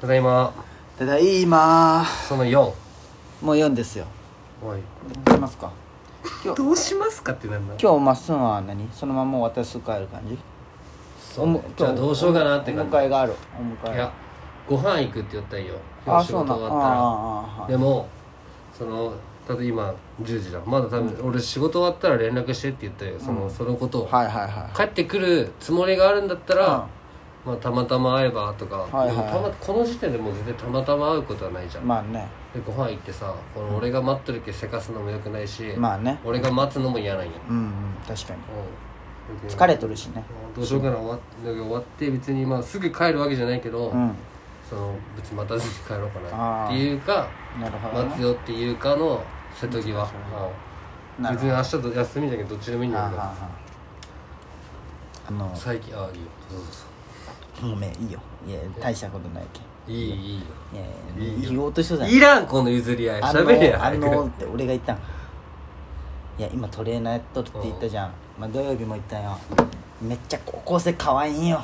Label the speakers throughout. Speaker 1: ただいま
Speaker 2: ただいま
Speaker 1: その4お
Speaker 2: もう4ですよ
Speaker 1: い
Speaker 2: どうしますか
Speaker 1: どうしますかってなんだ
Speaker 2: 今日まっすんは何そのままもう私帰る感じ
Speaker 1: そうねじゃあどうしようかなって
Speaker 2: お
Speaker 1: 感じ
Speaker 2: 迎え
Speaker 1: い
Speaker 2: があるお迎え
Speaker 1: やご飯行くって言ったんよ今
Speaker 2: あ
Speaker 1: 日仕
Speaker 2: そうな
Speaker 1: 事
Speaker 2: ん
Speaker 1: 終
Speaker 2: あ
Speaker 1: わっ
Speaker 2: ああ
Speaker 1: た
Speaker 2: あ
Speaker 1: らでもそのただ今10時だまだ多分、俺仕事終わったら連絡してって言ったよその、そのことを、
Speaker 2: はいはいはいはい
Speaker 1: 帰ってくるつもりがあるんだったら、まあ、たまたま会えばとか、
Speaker 2: はいはい
Speaker 1: でもたまこの時点でもう全然たまたま会うことはないじゃん、
Speaker 2: まあね
Speaker 1: でご飯行ってさこの俺が待ってるけせかすのもよくないし、
Speaker 2: まあね
Speaker 1: 俺が待つのも嫌なんよ、
Speaker 2: うんうん確かに
Speaker 1: うん
Speaker 2: 疲れとるしね
Speaker 1: どうしようかな終わっ終わって別にまあすぐ帰るわけじゃないけど、
Speaker 2: うん
Speaker 1: その別に待たずに帰ろうかなっ
Speaker 2: あー
Speaker 1: ていうか
Speaker 2: なるほど、
Speaker 1: 待つ
Speaker 2: ね、
Speaker 1: よっていうかの瀬戸際うん
Speaker 2: なる
Speaker 1: 別
Speaker 2: ほ
Speaker 1: に
Speaker 2: ど
Speaker 1: 明日と休みじゃけどどっちでもいいん
Speaker 2: はあ
Speaker 1: だ
Speaker 2: は
Speaker 1: け
Speaker 2: あ
Speaker 1: ど
Speaker 2: はああの
Speaker 1: 最近ああいいよそうそうそ
Speaker 2: ごめんいいよいや大したことないけん
Speaker 1: ういいいいよ
Speaker 2: いや
Speaker 1: いいよ
Speaker 2: 言おうとしとじゃん
Speaker 1: いらんこの譲り合い
Speaker 2: あ
Speaker 1: 喋れや
Speaker 2: のあ
Speaker 1: 早く
Speaker 2: のって俺が言ったんいや今トレーナーやっとるって言ったじゃん、まあ、土曜日も言ったんよめっちゃ高校生可愛いんよ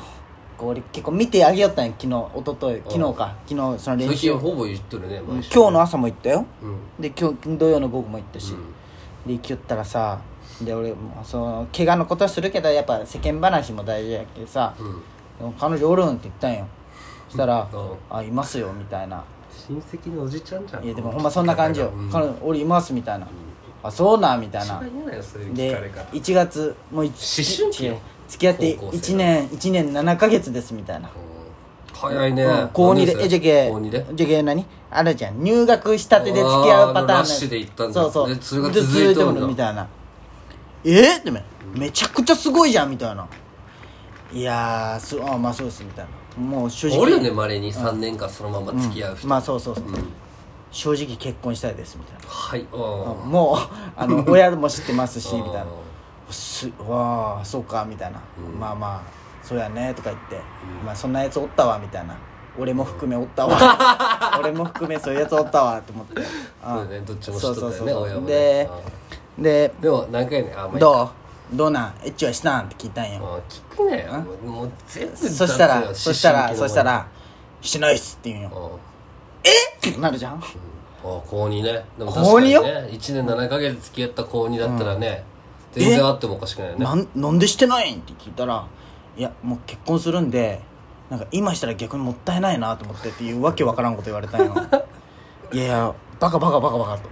Speaker 2: こう俺結構見てあげよったんよ昨日一昨日昨日か昨日その練
Speaker 1: 最
Speaker 2: 習
Speaker 1: 近ほぼ言っとるね
Speaker 2: 今
Speaker 1: 毎
Speaker 2: 日
Speaker 1: 週
Speaker 2: の朝も行ったよ
Speaker 1: うん
Speaker 2: で今日土曜の午後も行ったし、
Speaker 1: うん
Speaker 2: で行きよったらさで俺もうその怪我のことするけどやっぱ世間話も大事やけどさ、
Speaker 1: うん
Speaker 2: でも彼女おるんって言ったんよそしたら「
Speaker 1: うん
Speaker 2: あいますよ」みたいな
Speaker 1: 親戚のおじちゃんじゃん
Speaker 2: いやでもほんまそんな感じよ
Speaker 1: うん
Speaker 2: 彼女俺いますみたいなあそうなんみたい
Speaker 1: 一
Speaker 2: な
Speaker 1: 番嫌だよそういう聞かれ
Speaker 2: で
Speaker 1: 方
Speaker 2: 1月もう一
Speaker 1: 思春期よ
Speaker 2: 違う付き合って
Speaker 1: 高校生
Speaker 2: 1年1年7ヶ月ですみたいな
Speaker 1: 早いね、
Speaker 2: うん高2
Speaker 1: 何
Speaker 2: で
Speaker 1: 年生
Speaker 2: えじゃけ
Speaker 1: 高2で
Speaker 2: じゃけ何あるじゃん入学したてで付き合うパター
Speaker 1: あーあの
Speaker 2: ンの
Speaker 1: ラ
Speaker 2: や
Speaker 1: ッ
Speaker 2: つ
Speaker 1: シュで行ったんだ
Speaker 2: そうそう
Speaker 1: でそれが続いとるんだ
Speaker 2: ずっとみたいなえっ、でもめちゃくちゃすごいじゃんみたいないやーすあまあそうですみたいなもう正直
Speaker 1: おるよねまれに3年間そのまま付き合う人、
Speaker 2: まあそうそうそう、
Speaker 1: ん
Speaker 2: 正直結婚したいですみたいな
Speaker 1: はいあ
Speaker 2: もうあの親も知ってますしみたいな
Speaker 1: う
Speaker 2: すわあそうかみたいな、まあまあそうやねとか言って、まあそんなやつおったわみたいな俺も含めおった わ俺も含めそういうやつおったわと思って
Speaker 1: あそうだねどっちも知っとったよね親もね
Speaker 2: でで
Speaker 1: でも何回ねあまあいい
Speaker 2: どうどうなんエッチはしたんって聞いたんよ
Speaker 1: あ聞くねもうもう全部雑
Speaker 2: そした
Speaker 1: よ
Speaker 2: らそしたら
Speaker 1: 思春期の
Speaker 2: そしたら「してないっす」って言うん
Speaker 1: う
Speaker 2: よ
Speaker 1: んうん
Speaker 2: ってなるじゃん
Speaker 1: あ高2ねでも
Speaker 2: 高二よ
Speaker 1: 確かにね1年7ヶ月付き合った高2だったらね、全然あってもおかしくないよね
Speaker 2: なんなんでしてないんって聞いたら「いやもう結婚するんでなんか今したら逆にもったいないなと思って」っていうわけわからんこと言われ たんよいやいやバカバカバカバカと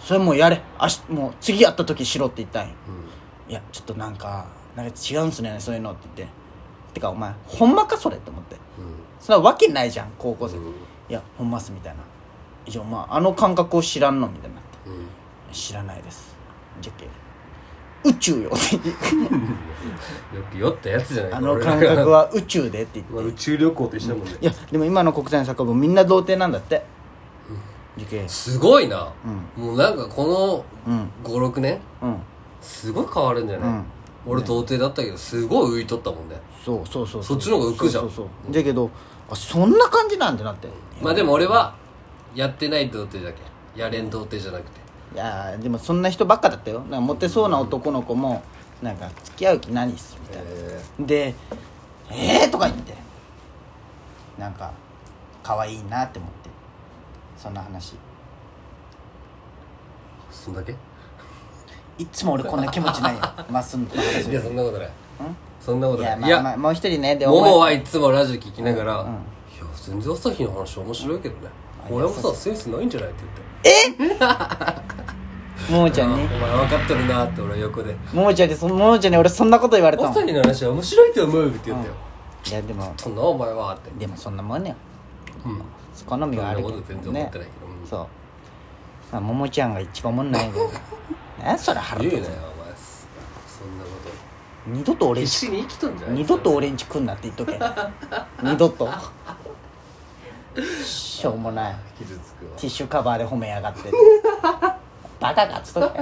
Speaker 2: それもうやれあしもう次やった時しろって言ったんよいやちょっとなんかなんか違うんすねそういうのって言っててかお前ほんまかそれって思ってそんなわけないじゃん高校生、
Speaker 1: うん
Speaker 2: いやほんまっすみたいな以上まああの感覚を知らんのみたいになって
Speaker 1: うんうん
Speaker 2: 知らないですじゃっけ宇宙よって言って
Speaker 1: よく酔ったやつじゃないか
Speaker 2: あの
Speaker 1: 俺ら
Speaker 2: 感
Speaker 1: が
Speaker 2: 覚は宇宙でって言って
Speaker 1: まあ宇宙旅行と一緒だもんね
Speaker 2: いやでも今の国際のサッカー部みんな童貞なんだって受験
Speaker 1: すごいな、
Speaker 2: う
Speaker 1: もうなんかこ
Speaker 2: うん
Speaker 1: の56年
Speaker 2: うん
Speaker 1: すごい変わるんじゃない、
Speaker 2: うん
Speaker 1: 俺童貞だったけどすごい浮いとったもんね
Speaker 2: そうそうそう
Speaker 1: そっちの方が浮くじゃん
Speaker 2: そうそうそうじゃけどあそんな感じなんてなって
Speaker 1: まあでも俺はやってない童貞だけやれん童貞じゃなくて
Speaker 2: いやーでもそんな人ばっかだったよなんかモテそうな男の子もなんか付き合う気何っすみたいな
Speaker 1: え
Speaker 2: で「えー!」とか言ってなんか可愛いなって思ってそんな話
Speaker 1: ー、そんだけ
Speaker 2: いつも俺こんな気持ちないよまっすぐの話
Speaker 1: いやそんなことないそんなこ
Speaker 2: い
Speaker 1: とない
Speaker 2: や
Speaker 1: いや,、
Speaker 2: まあまあもう一人ねで
Speaker 1: もも
Speaker 2: 思い
Speaker 1: はいつもラジオ聞きながら、いや全然朝日の話面白いけどね俺もさセンスないんじゃないって言って
Speaker 2: ももちゃんに
Speaker 1: お前分かっとるなって俺横で
Speaker 2: ももちゃんにそももちゃんに俺そんなこと言われたもん
Speaker 1: 朝日の話は面白いと思うって言ったよ、
Speaker 2: いやでも
Speaker 1: そんなお前はって
Speaker 2: でもそんなもんね
Speaker 1: うん
Speaker 2: 好みがある
Speaker 1: そんなこと全然思ってないけどうん
Speaker 2: そうまあももちゃんが一番おもんないけど えそれ腹
Speaker 1: 言う
Speaker 2: 立
Speaker 1: な
Speaker 2: つ
Speaker 1: よお前そんなこと
Speaker 2: 二度と俺ん
Speaker 1: 必
Speaker 2: ち
Speaker 1: 死に生きとんじゃない
Speaker 2: 二度と俺んち来んなって言っとけ二 度としょうもない
Speaker 1: 傷つくわ
Speaker 2: ティッシュカバーで褒めやがってバカかっつとけ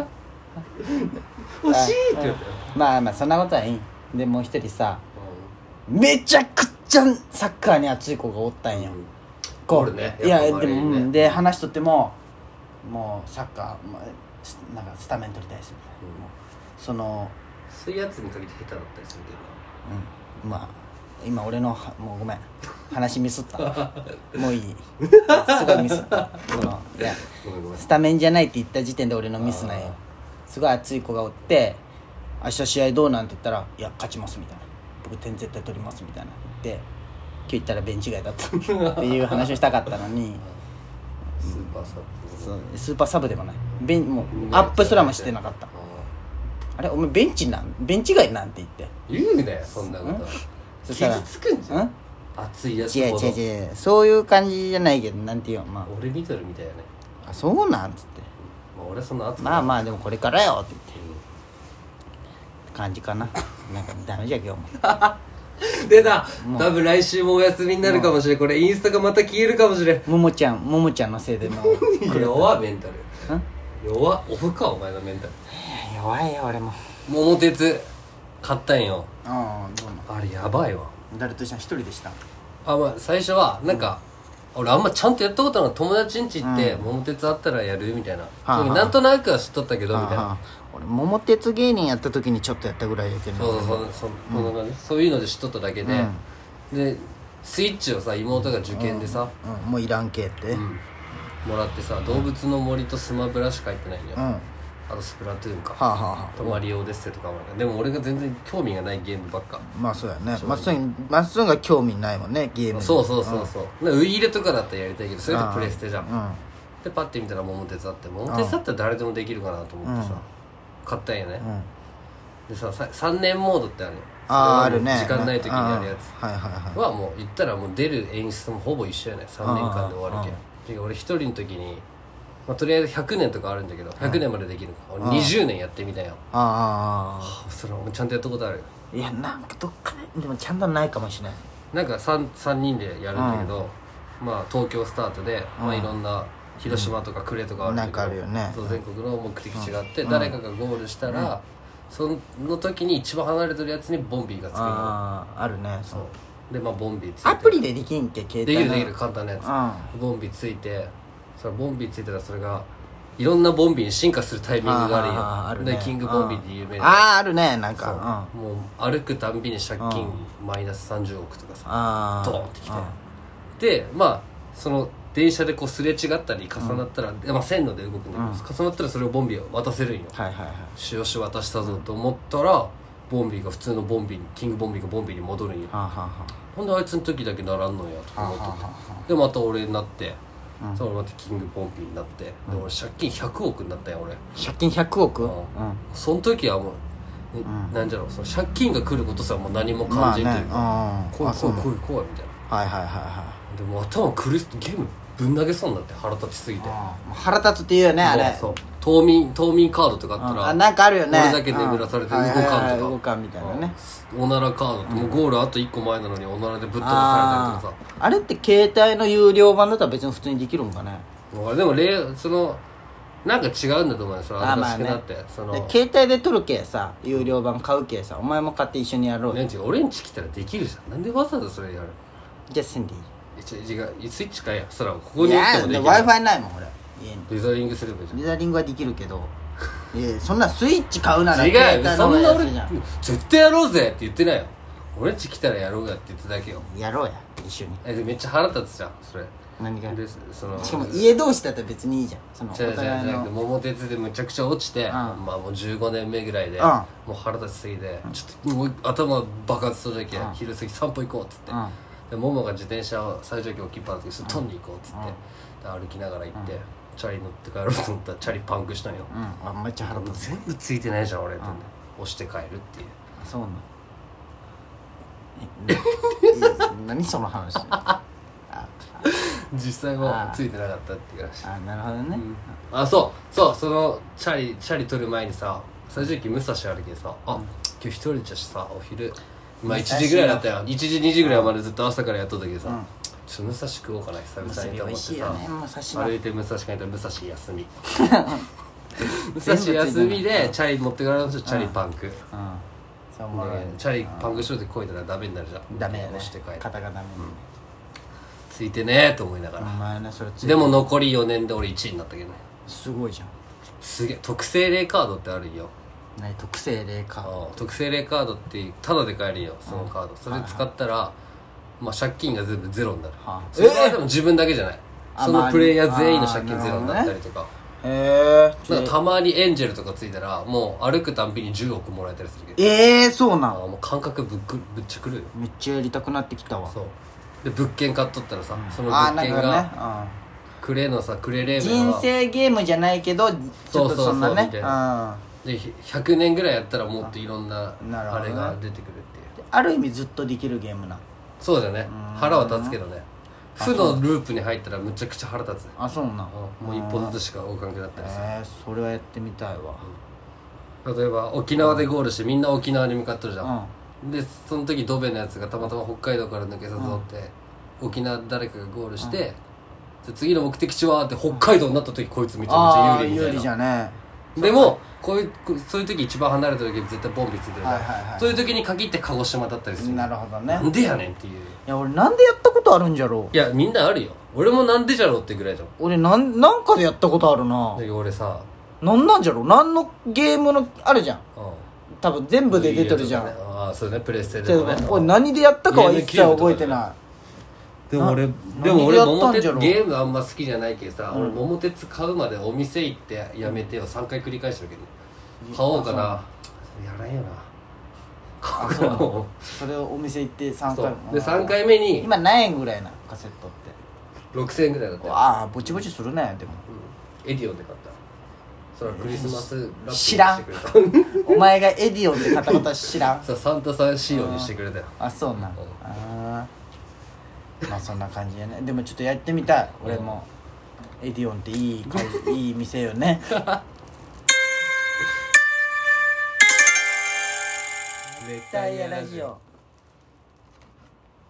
Speaker 1: 欲しいって言ったよ
Speaker 2: まあまあそんなことはいいでもう一人さめちゃくちゃサッカーに熱い子がおったんよ、
Speaker 1: うん
Speaker 2: こ
Speaker 1: お
Speaker 2: う
Speaker 1: るね
Speaker 2: いや
Speaker 1: や
Speaker 2: で
Speaker 1: っぱ、
Speaker 2: も
Speaker 1: 周りにね
Speaker 2: うんで話しとってももうサッカー、まあすなんかスタメン取りたいですみたいな、
Speaker 1: うん
Speaker 2: もうその
Speaker 1: そういうやつに限って下手だったりするけど
Speaker 2: うんまあ今俺のはもうごめん話ミスった もういいすごいミスったそのいや
Speaker 1: ごめんごめん
Speaker 2: スタメンじゃないって言った時点で俺のミスなんよすごい熱い子がおって「明日試合どうなん?」て言ったら「いや勝ちます」みたいな「僕点絶対取ります」みたいな言って今日行ったらベンチ外だったっていう話をしたかったのに
Speaker 1: スーパーサブ
Speaker 2: そうスーパーサブでもないベンもうアップすらもしてなかった
Speaker 1: あー
Speaker 2: あれお前ベンチなんベンチ外なんて言って
Speaker 1: 言うなよそんなこと
Speaker 2: そしたら
Speaker 1: 傷つくんじゃん
Speaker 2: ん
Speaker 1: 熱いやつ
Speaker 2: 違う
Speaker 1: ほど
Speaker 2: 違う違うそういう感じじゃないけどなんていうのま
Speaker 1: 俺見とるみたいやね、
Speaker 2: ああそうなんつって
Speaker 1: まあ、俺はそんな熱くない
Speaker 2: まあまあでもこれからよって言って
Speaker 1: う
Speaker 2: 感じか ななんかダメじゃん今日も
Speaker 1: ん出た多分来週もお休みになるかもしれんこれインスタがまた消えるかもしれん
Speaker 2: ももちゃんももちゃんのせいで もう
Speaker 1: 弱メンタル
Speaker 2: ん
Speaker 1: 弱オフかお前のメンタル
Speaker 2: 弱いよ俺も
Speaker 1: 桃鉄買ったんよ
Speaker 2: ああどうも
Speaker 1: あれやばいわ
Speaker 2: 誰としたん一人でした
Speaker 1: あまあ最初はなんか、俺あんまちゃんとやったことない友達ん家行って「桃鉄あったらやる?」みたいな、
Speaker 2: あはあ
Speaker 1: なんとなくは知っとったけどみたいな
Speaker 2: ああ俺桃鉄芸人やった時にちょっとやったぐらいやけ
Speaker 1: そうそ
Speaker 2: ど
Speaker 1: うそうこのねそういうので知っとっただけで、でスイッチをさ妹が受験でさ、
Speaker 2: うん、もういらんけってうん、
Speaker 1: もらってさ「動物の森」と「スマブラ」しか入ってないんよ、
Speaker 2: は
Speaker 1: あと「スプラトゥーンか」
Speaker 2: あ、はあは
Speaker 1: と「マリオデッセ」とかもあるでも俺が全然興味がないゲームばっか、
Speaker 2: あ、まあそうやねまっすぐまっすぐが興味ないもんねゲームに
Speaker 1: そうそうそうそう、でウイイレとかだったらやりたいけどそれとプレステじゃん、
Speaker 2: うん
Speaker 1: でパッて見たら桃鉄あって桃鉄だったら誰でもできるかなと思ってさ、買ったんよね、
Speaker 2: ん
Speaker 1: でささ3年モードってあるよ
Speaker 2: あああ
Speaker 1: それ
Speaker 2: る
Speaker 1: はもう
Speaker 2: ね
Speaker 1: 時間ない時にやるやつ
Speaker 2: うんはいはいはい
Speaker 1: はもう言ったらもう出る演出もほぼ一緒やね3年間で終わるけんで俺一人の時に、まあ、とりあえず100年とかあるんだけど100年までできるか俺20年やってみたよ
Speaker 2: ああ
Speaker 1: あそれもちゃんとやったことあるよ
Speaker 2: いやなんかどっかででもちゃんとないかもしれない
Speaker 1: なんか 3, 三人でやるんだけど、まあ東京スタートで、まあ、いろんな広島とか呉とかあるんだけど
Speaker 2: なんかあるよね
Speaker 1: そう全国の目的地があって、誰かがゴールしたら、その時に一番離れてるやつにボンビーがつくの
Speaker 2: あああるねそう
Speaker 1: そうでまあボンビーついて
Speaker 2: アプリでできんけ携帯
Speaker 1: できる
Speaker 2: の
Speaker 1: できる簡単なやつ、
Speaker 2: う
Speaker 1: ボンビついてそれボンビついてたらそれがいろんなボンビに進化するタイミングがあるやんでキングボンビで有名な
Speaker 2: あああるねなんかうんあ
Speaker 1: もう歩くたんびに借金マイナス30億とかさ
Speaker 2: あ
Speaker 1: ドーンってきてでまあその電車でこうすれ違ったり重なったら、でまあ、線路で動くんだけど、重なったらそれをボンビを渡せるんよ
Speaker 2: はいはいはい
Speaker 1: しよし渡したぞと思ったらボンビが普通のボンビにキングボンビがボンビに戻るんよ
Speaker 2: はあはあは
Speaker 1: ほんであいつの時だけならんのやとか思っ
Speaker 2: あは
Speaker 1: とっ
Speaker 2: あ
Speaker 1: て
Speaker 2: は
Speaker 1: でまた俺になって、そのまたキングポンピーになってで俺借金100億になったよ俺
Speaker 2: あ借金100億うん
Speaker 1: んその時はもう、ねなんじゃろうその借金が来ることすらもう何も感じんというか、
Speaker 2: まあねうん
Speaker 1: 怖
Speaker 2: あ
Speaker 1: い
Speaker 2: そう
Speaker 1: 怖い
Speaker 2: ね
Speaker 1: 怖い怖いみたい
Speaker 2: はいはいはいは
Speaker 1: な
Speaker 2: い
Speaker 1: でもう頭狂いゲームぶん投げそうになって腹立ちすぎて
Speaker 2: うんもう腹立つって言うよねあれ
Speaker 1: そう冬眠冬眠カードとかあったら
Speaker 2: あなんかあるよね
Speaker 1: 俺だけ眠らされて動
Speaker 2: う
Speaker 1: かんと
Speaker 2: んはいはいは
Speaker 1: か
Speaker 2: い動かんみたいなね
Speaker 1: おならカードってもうゴールあと1個前なのにおならでぶっ飛ばされた
Speaker 2: あ
Speaker 1: りとかさ
Speaker 2: ああれって携帯の有料版だったら別に普通にできるんかね
Speaker 1: 俺でもれそのなんか違うんだと思うよその
Speaker 2: あ
Speaker 1: 新
Speaker 2: ま
Speaker 1: し
Speaker 2: あ
Speaker 1: く
Speaker 2: ね
Speaker 1: なって、その
Speaker 2: で携帯で撮るけさ有料版買うけさお前も買って一緒にやろうよ
Speaker 1: ね違う俺んち来たらできるじゃんなんでわざわざそれやる
Speaker 2: じゃあセンディ
Speaker 1: 一違うスイッチ変えやそらここに
Speaker 2: い
Speaker 1: 打って
Speaker 2: や
Speaker 1: もでき
Speaker 2: w
Speaker 1: る
Speaker 2: i f i ないもん俺家に
Speaker 1: リザリングすればいいじゃん
Speaker 2: リザリングはできるけどいやそんなスイッチ買うなら
Speaker 1: 違うよそんな俺
Speaker 2: じゃん
Speaker 1: 絶対やろうぜって言ってないよ俺んち来たらやろうがって言っただけよ
Speaker 2: やろうや一緒に
Speaker 1: えでめっちゃ腹立つじゃんそれ
Speaker 2: 何が
Speaker 1: でその
Speaker 2: しかも家同士だったら別にいいじゃんそのお
Speaker 1: 違う違う
Speaker 2: 互い
Speaker 1: 違う
Speaker 2: の
Speaker 1: 桃鉄でむちゃくちゃ落ちて、まあもう15年目ぐらいで、
Speaker 2: ん
Speaker 1: もう腹立ちすぎて、ちょっともう頭爆発するじゃけ、ん、昼過ぎ散歩行こうっつって、
Speaker 2: うん
Speaker 1: で桃が自転車を最上級置きっぱな時飛んで行こうっつって、で歩きながら行って、チャリ乗って帰ろうと思ったらチャリパンクしたんよ、
Speaker 2: うんあんまっちゃ腹立つ
Speaker 1: 全部ついてないじゃん俺って、押して帰るっていう
Speaker 2: あそうなのえいや何その話 あ
Speaker 1: 実際はついてなかったっていう話
Speaker 2: あなるほどね
Speaker 1: あそうそうそのチャリチャリ取る前にさ最終的武蔵あるけどさあ、今日一人じゃしさお昼まあ1時ぐらいだったよ1時2時ぐらいまでずっと朝からやっとったけどさ、ちょっと武蔵食おうかな久
Speaker 2: むさ
Speaker 1: 々に
Speaker 2: び
Speaker 1: と
Speaker 2: 美
Speaker 1: 思
Speaker 2: 味
Speaker 1: っ
Speaker 2: していよ
Speaker 1: さ、
Speaker 2: ねむさしは
Speaker 1: 歩いて武蔵帰ったら武蔵休み武蔵休みでチャリ持ってからの人チャリパンク、
Speaker 2: うんそう思うよ
Speaker 1: でチャリパンクしろって声たらダメになるじゃん
Speaker 2: ダメやね
Speaker 1: 押して帰る
Speaker 2: 肩がダメね
Speaker 1: ついてねえと思いなが
Speaker 2: お
Speaker 1: ら、
Speaker 2: 前ねそれつい
Speaker 1: でも残り4年で俺1位になったけどね
Speaker 2: すごいじゃん
Speaker 1: すげえ特製霊カードってあるんよ
Speaker 2: 何特性霊カード
Speaker 1: うん特製霊カードってただで買えるよそのカードそれ使ったらまあ借金が全部ゼロになる
Speaker 2: はあ
Speaker 1: それはでも自分だけじゃない
Speaker 2: あ
Speaker 1: そ
Speaker 2: ま
Speaker 1: の
Speaker 2: あ
Speaker 1: プレイヤー全員の借金ゼロになったりとか
Speaker 2: へえ
Speaker 1: なんかたまにエンジェルとかついたらもう歩くたんびに10億もらえたりするけど
Speaker 2: えー、そう
Speaker 1: あ
Speaker 2: なん
Speaker 1: ーもう感覚ぶっくぶっちゃくるよ
Speaker 2: めっちゃやりたくなってきたわ
Speaker 1: そうで物件買っとったらさその
Speaker 2: あー
Speaker 1: 物
Speaker 2: なん
Speaker 1: 件
Speaker 2: かね
Speaker 1: が、クレのさクレレ
Speaker 2: うん、
Speaker 1: ーメン
Speaker 2: 人
Speaker 1: は
Speaker 2: 生ゲームじゃないけどちょっとそんな
Speaker 1: そうそうそう
Speaker 2: ね
Speaker 1: みた
Speaker 2: う
Speaker 1: いで
Speaker 2: ん
Speaker 1: 100年ぐらいやったらもっといろんな
Speaker 2: なるほ
Speaker 1: あ
Speaker 2: どね
Speaker 1: れが出てくるっていう
Speaker 2: ある意味ずっとできるゲームな
Speaker 1: そうだね腹は立つけどね負のループに入ったらむちゃくちゃ腹立つ
Speaker 2: あそうなん
Speaker 1: うんもう一歩ずつしか動かなくなったりさ
Speaker 2: えー、それはやってみたいわ
Speaker 1: 例えば沖縄でゴールしてみんな沖縄に向かってるじゃ、
Speaker 2: うんん
Speaker 1: でその時ドベのやつがたまたま北海道から抜けさそうって、沖縄誰かがゴールして、で次の目的地はって北海道になった時こいつめちゃめち
Speaker 2: ああ
Speaker 1: ゃ
Speaker 2: 有
Speaker 1: 有利
Speaker 2: 利
Speaker 1: み
Speaker 2: じ
Speaker 1: たい
Speaker 2: ゃね
Speaker 1: なでもこういうこうそういう時一番離れた時に絶対ボンビついてるから、
Speaker 2: はいはいはい
Speaker 1: そういう時に限って鹿児島だったりする
Speaker 2: なるほどね
Speaker 1: なんでやねんっていう
Speaker 2: いや俺なんでやったことあるんじゃろう
Speaker 1: いやみんなあるよ俺もなんでじゃろうってぐらいじゃん
Speaker 2: 俺なんなんかでやったことあるな
Speaker 1: だけど俺さ、
Speaker 2: なんなんじゃろうなんのゲームのあるじゃん
Speaker 1: うん、
Speaker 2: 多分全部で出てるじゃん、
Speaker 1: ね、ああそうねプレステ
Speaker 2: け
Speaker 1: で
Speaker 2: ど
Speaker 1: もね
Speaker 2: 俺何でやったかは一切覚えてな
Speaker 1: でも俺
Speaker 2: な
Speaker 1: でも
Speaker 2: 何
Speaker 1: 俺
Speaker 2: やった
Speaker 1: 桃
Speaker 2: ん
Speaker 1: 鉄
Speaker 2: じゃろう
Speaker 1: ゲームあんま好きじゃないけどさ、俺桃鉄買うまでお店行ってやめてよ3回繰り返してるけど買おうかなそれやらんよな買おうかなも
Speaker 2: いそれをお店行って3
Speaker 1: うそうで
Speaker 2: 回
Speaker 1: 3回目に
Speaker 2: 今何円ぐらいなカセットって
Speaker 1: 6000円ぐらいだったよ
Speaker 2: ああぼちぼちするねでも
Speaker 1: エディオンで買ったそれはクリスマスラップに
Speaker 2: 知らん
Speaker 1: してくれた
Speaker 2: お前がエディオンで買ったことは知らん
Speaker 1: そうサンタさん仕様にしてくれたよ
Speaker 2: あそうなんあーまあそんな感じやねでもちょっとやってみたい俺もエディオンっていい会 いい店よね
Speaker 1: 熱
Speaker 2: ダイヤラジオ